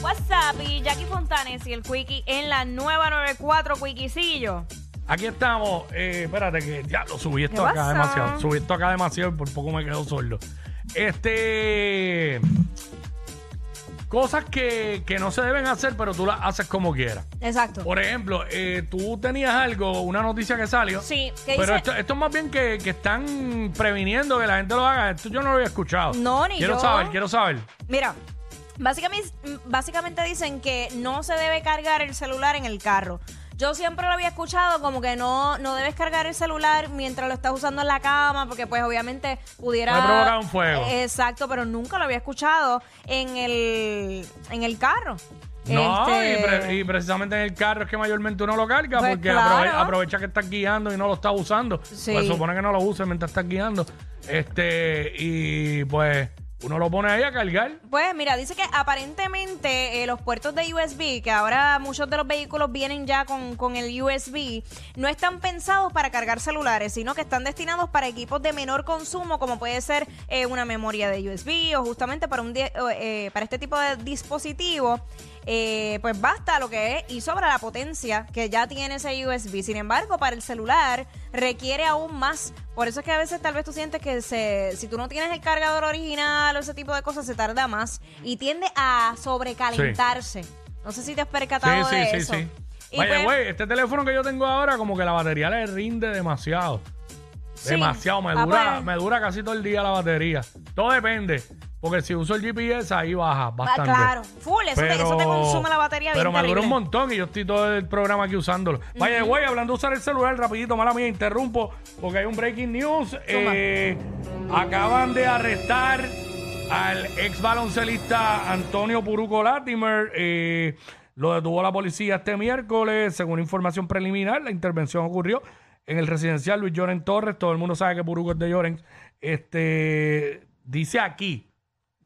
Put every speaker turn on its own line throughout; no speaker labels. WhatsApp y Jackie Fontanes y el Quickie en la nueva 94 Quickiecillo.
Aquí estamos. Eh, espérate, que diablo, subí esto
¿Qué
acá
pasa?
demasiado. Subí esto acá demasiado y por poco me quedo sordo. Este. Cosas que, que no se deben hacer, pero tú las haces como quieras.
Exacto.
Por ejemplo, eh, tú tenías algo, una noticia que salió.
Sí, ¿qué
Pero
dice?
esto, esto es más bien que, que están previniendo que la gente lo haga. Esto yo no lo había escuchado.
No, ni
quiero
yo.
saber, quiero saber.
Mira, básicamente, básicamente dicen que no se debe cargar el celular en el carro. Yo siempre lo había escuchado como que no, no debes cargar el celular mientras lo estás usando en la cama, porque pues obviamente pudiera... Eh,
Puede provocar un fuego.
Exacto, pero nunca lo había escuchado en el, en el carro.
No,
Este-
y, pre- y precisamente en el carro es que mayormente uno lo carga
Pues
porque
claro.
aprove- aprovecha que estás guiando y no lo estás usando.
Sí.
Pues supone que no lo uses mientras estás guiando. Este, y pues uno lo pone ahí a cargar.
Pues mira, dice que aparentemente eh, los puertos de USB, que ahora muchos de los vehículos vienen ya con, con el USB, no están pensados para cargar celulares, sino que están destinados para equipos de menor consumo, como puede ser eh, una memoria de USB o justamente para, un di- o, eh, para este tipo de dispositivo. eh, pues basta lo que es y sobra la potencia que ya tiene ese USB. Sin embargo, para el celular requiere aún más. Por eso es que a veces tal vez tú sientes que se, si tú no tienes el cargador original o ese tipo de cosas, se tarda más y tiende a sobrecalentarse. No sé si te has percatado de eso. Y
Vaya,
pues-
güey, este teléfono que yo tengo ahora, como que la batería le rinde demasiado.
Sí.
Demasiado, me
Ah,
dura,
pues.
me dura casi todo el día la batería. Todo depende. Porque si uso el GPS, ahí baja
Ah,
bastante.
claro, full, eso, te, eso te consume la batería
Pero
bien
me dura
terrible.
un montón y yo estoy todo el programa aquí usándolo. Vaya, güey, hablando de usar el celular, rapidito, mala mía, interrumpo porque hay un breaking news. Eh, acaban de arrestar al ex baloncelista Antonio Puruco Latimer. Eh, lo detuvo la policía este miércoles. Según información preliminar, la intervención ocurrió en el residencial Luis Lloren Torres. Todo el mundo sabe que Puruco es de Lloren. Este, dice aquí,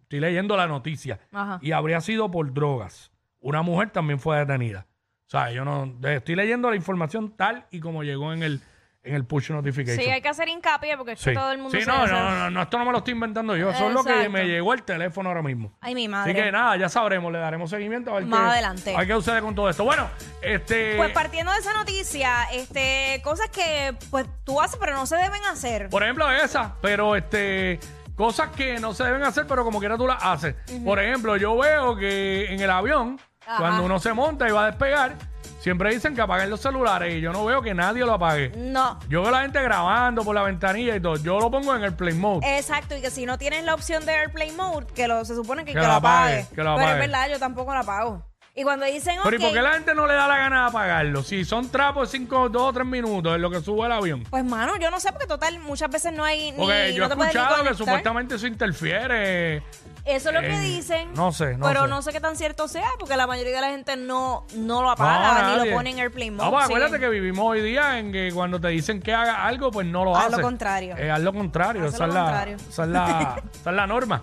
Estoy leyendo la noticia.
Ajá.
Y habría sido por drogas. Una mujer también fue detenida. O sea, yo no. Estoy leyendo la información tal y como llegó en el, en el push notification.
Sí, hay que hacer hincapié porque es que
Sí.
todo el mundo
Sí,
se-
no,
se-
no, no, no, esto no me lo estoy inventando yo. Eso es lo que
Exacto.
me llegó el teléfono ahora mismo.
Ay, mi
Así
madre.
que nada, ya sabremos, le daremos seguimiento. A ver
Más
qué-
adelante.
A ver qué sucede con todo esto. Bueno, este.
Pues partiendo de esa noticia, este, cosas que pues tú haces pero no se deben hacer.
Por ejemplo, esa, pero este. Cosas que no se deben hacer, pero como quiera tú las haces. Por ejemplo, yo veo que en el avión,
Ajá.
cuando uno se monta y va a despegar, siempre dicen que apaguen los celulares y yo no veo que nadie lo apague.
No.
Yo veo a la gente grabando por la ventanilla y todo. Yo lo pongo en el play
Eh,
mode.
Exacto, y que si no tienes la opción de Airplay Mode, que lo, se supone que,
Que
que
lo
lo
apague,
apague.
que
Pero
lo
es
apague.
verdad, yo tampoco la apago. Y cuando dicen,
Pero ¿y por
ok,
qué la gente no le da la gana de apagarlo? Si son trapos de 5, 2 o 3 minutos en lo que sube el avión.
pues mano, yo no sé, porque total, muchas veces no hay ni,
Porque yo
no
he
te puedes ni
escuchado que
conectar.
supuestamente eso interfiere.
Eso es lo que
Eh,
dicen.
no sé, no
Pero
sé.
no sé qué tan cierto sea, porque la mayoría de la gente no, no lo apaga
No,
ni
nadie.
lo pone en Airplay Mode.
No, pues,
sí.
acuérdate que vivimos hoy día en que cuando te dicen que haga algo, pues no lo
Haz
haces.
lo contrario.
Eh, haz lo contrario.
Haz
Esa,
lo
es la,
contrario.
Esa, es la, esa es la norma.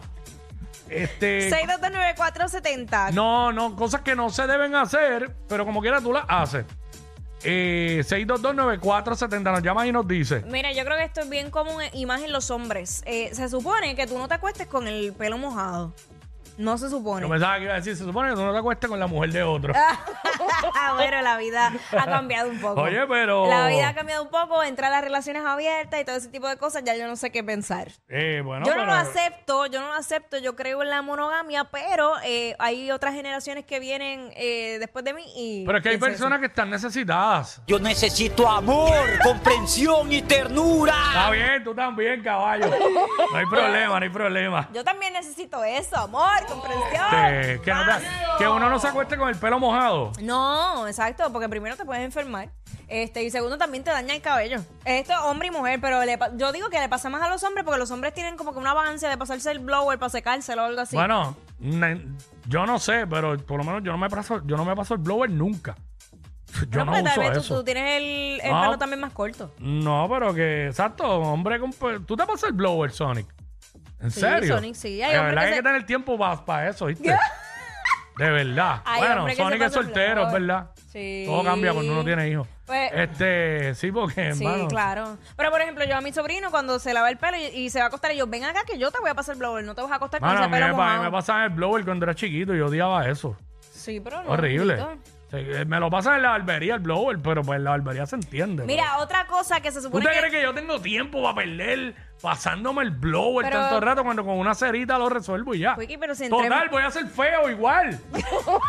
Este,
6229470.
no, no, cosas que no se deben hacer, pero como quiera tú las haces. Eh, 6229470 nos llama y nos dice.
Mira, yo creo que esto es e- bien común eh, y más en los hombres. Eh, se supone que tú no te acuestes con el pelo mojado. No se supone.
Yo pensaba que iba a decir, se supone que tú no te acuestes con la mujer de otro.
Ah, bueno, la vida ha cambiado un poco.
Oye, pero-
La vida ha cambiado un poco, entrar a las relaciones abiertas y todo ese tipo de cosas, ya yo no sé qué pensar.
Eh, bueno,
yo no lo
pero-
acepto, yo no lo acepto, yo creo en la monogamia, pero eh, hay otras generaciones que vienen eh, después de mí y...
Pero es que hay
piensan
personas que están necesitadas.
Yo necesito amor, comprensión y ternura.
Está bien, tú también, caballo. No hay problema, no hay problema.
eso. Yo también necesito eso, amor, comprensión.
Este, que, no te- que uno no se acueste con el pelo mojado.
No, exacto, porque primero te puedes enfermar. Este, y segundo, también te daña el cabello. Esto es hombre y mujer, pero le pa- yo digo que le pasa más a los hombres porque los hombres tienen como que una avance de pasarse el blower para secárselo o algo así.
Bueno, ne- yo no sé, pero por lo menos yo no me paso, yo no me paso el blower nunca. Yo
Bueno,
no,
pues, tal
uso
vez tú-
eso.
Tú, tienes el, el
No.
pelo también más corto.
No, pero que, exacto, hombre, con pe- tú te pasas el blower, Sonic. ¿En
Sí,
serio?
Sonic, sí. Hay
De
hombres
verdad
que
que hay
se-
que tener tiempo para eso, ¿viste? De verdad.
Hay
bueno,
hombres que se
Sonic es
pasan
soltero, es
blower.
verdad.
Sí.
Todo cambia cuando uno tiene hijos.
Pues-
este, sí, porque,
Sí,
hermano.
claro. Pero por ejemplo, yo a mi sobrino cuando se lava el pelo y, y se va a acostar, y yo, ven acá que yo te voy a pasar el blower, no te vas a acostar con
Mano, a
ese
mí me,
pelo
pa- me
mojado.
pasaban el blower cuando era chiquito y yo odiaba eso.
Sí, pero no.
Horrible.
bendito.
Sí, eh, me lo pasan en la barbería el blower, pero pues en la barbería se entiende.
Mira, otra cosa que se
pero- ¿Tú
supone
te
que...
crees que yo tengo tiempo para perder pasándome el blower
Pero-
tanto rato cuando con una cerita lo resuelvo y ya?
Wiki, pero si entremos-
Total, voy a ser feo igual.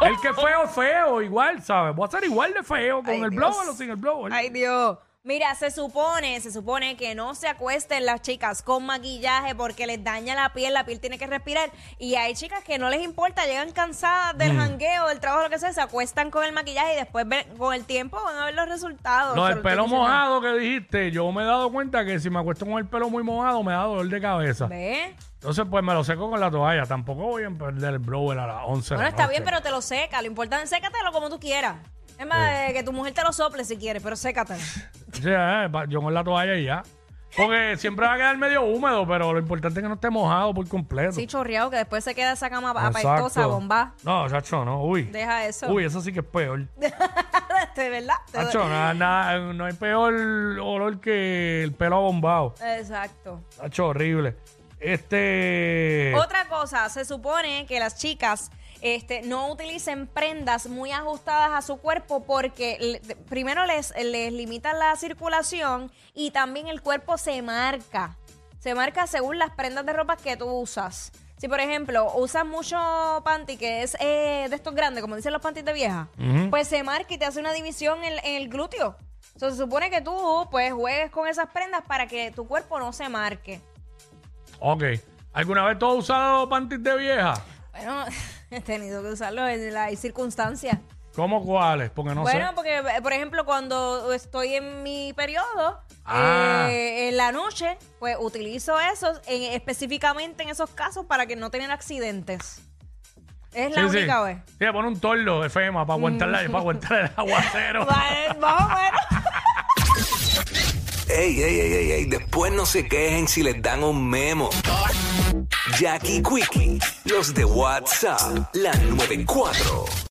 el que es feo, feo, igual, ¿sabes? Voy a ser igual de feo con
Ay,
el
Dios.
blower o sin el blower.
Ay, Dios. Mira, se supone, se supone que no se acuesten las chicas con maquillaje porque les daña la piel, la piel tiene que respirar. Y hay chicas que no les importa, llegan cansadas
Mm.
del jangueo, del trabajo, lo que sea, se acuestan con el maquillaje y después ven- con el tiempo van a ver los resultados.
Lo
O sea,
del pelo
tienen-
mojado que dijiste, yo me he dado cuenta que si me acuesto con el pelo muy mojado me da dolor de cabeza.
¿Ve?
Entonces, pues me lo seco con la toalla. Tampoco voy a perder el blower a las 11. de
Bueno,
la
está
noche.
bien, pero te lo seca. Lo importante es sécatelo como tú quieras. Es más, eh, que tu mujer te lo sople si quieres, pero sécatelo.
O sea, eh, pa- yo con la toalla y ya. Porque siempre va a quedar medio húmedo, pero lo importante es que no esté mojado por completo.
Sí, chorreado, que después se queda esa cama
Exacto.
apestosa, bomba.
No, chacho, no. Uy.
Deja eso.
Uy, eso sí que es peor.
De verdad. te doy-
Chacho, nada, nada, no hay peor olor que el pelo abombado.
Exacto.
Chacho, horrible. Este.
Otra cosa, se supone que las chicas este, no utilicen prendas muy ajustadas a su cuerpo porque le- primero les, les limita la circulación y también el cuerpo se marca. Se marca según las prendas de ropa que tú usas. Si, por ejemplo, usas mucho panty que es eh, de estos grandes, como dicen los panties de vieja, pues se marca y te hace una división en, en el glúteo. So, se supone que tú pues juegues con esas prendas para que tu cuerpo no se marque.
Ok. ¿Alguna vez tú has usado panties de vieja?
Bueno, he tenido que usarlo en las circunstancias.
¿Cómo cuáles? Porque no
bueno,
sé.
porque, eh, por ejemplo, cuando estoy en mi periodo,
Ah.
eh, en la noche, pues utilizo esos en- específicamente en esos casos para que no tengan accidentes. Es pues, la
sí,
única vez. Mm.
sí. Sí, pone un tordo de FEMA para aguantar, la- para aguantar el aguacero.
Vale, Más o menos.
Ey, ey, ey, ey, ey, después no se quejen si les dan un memo. Jackie Quickie, los de WhatsApp, la 94.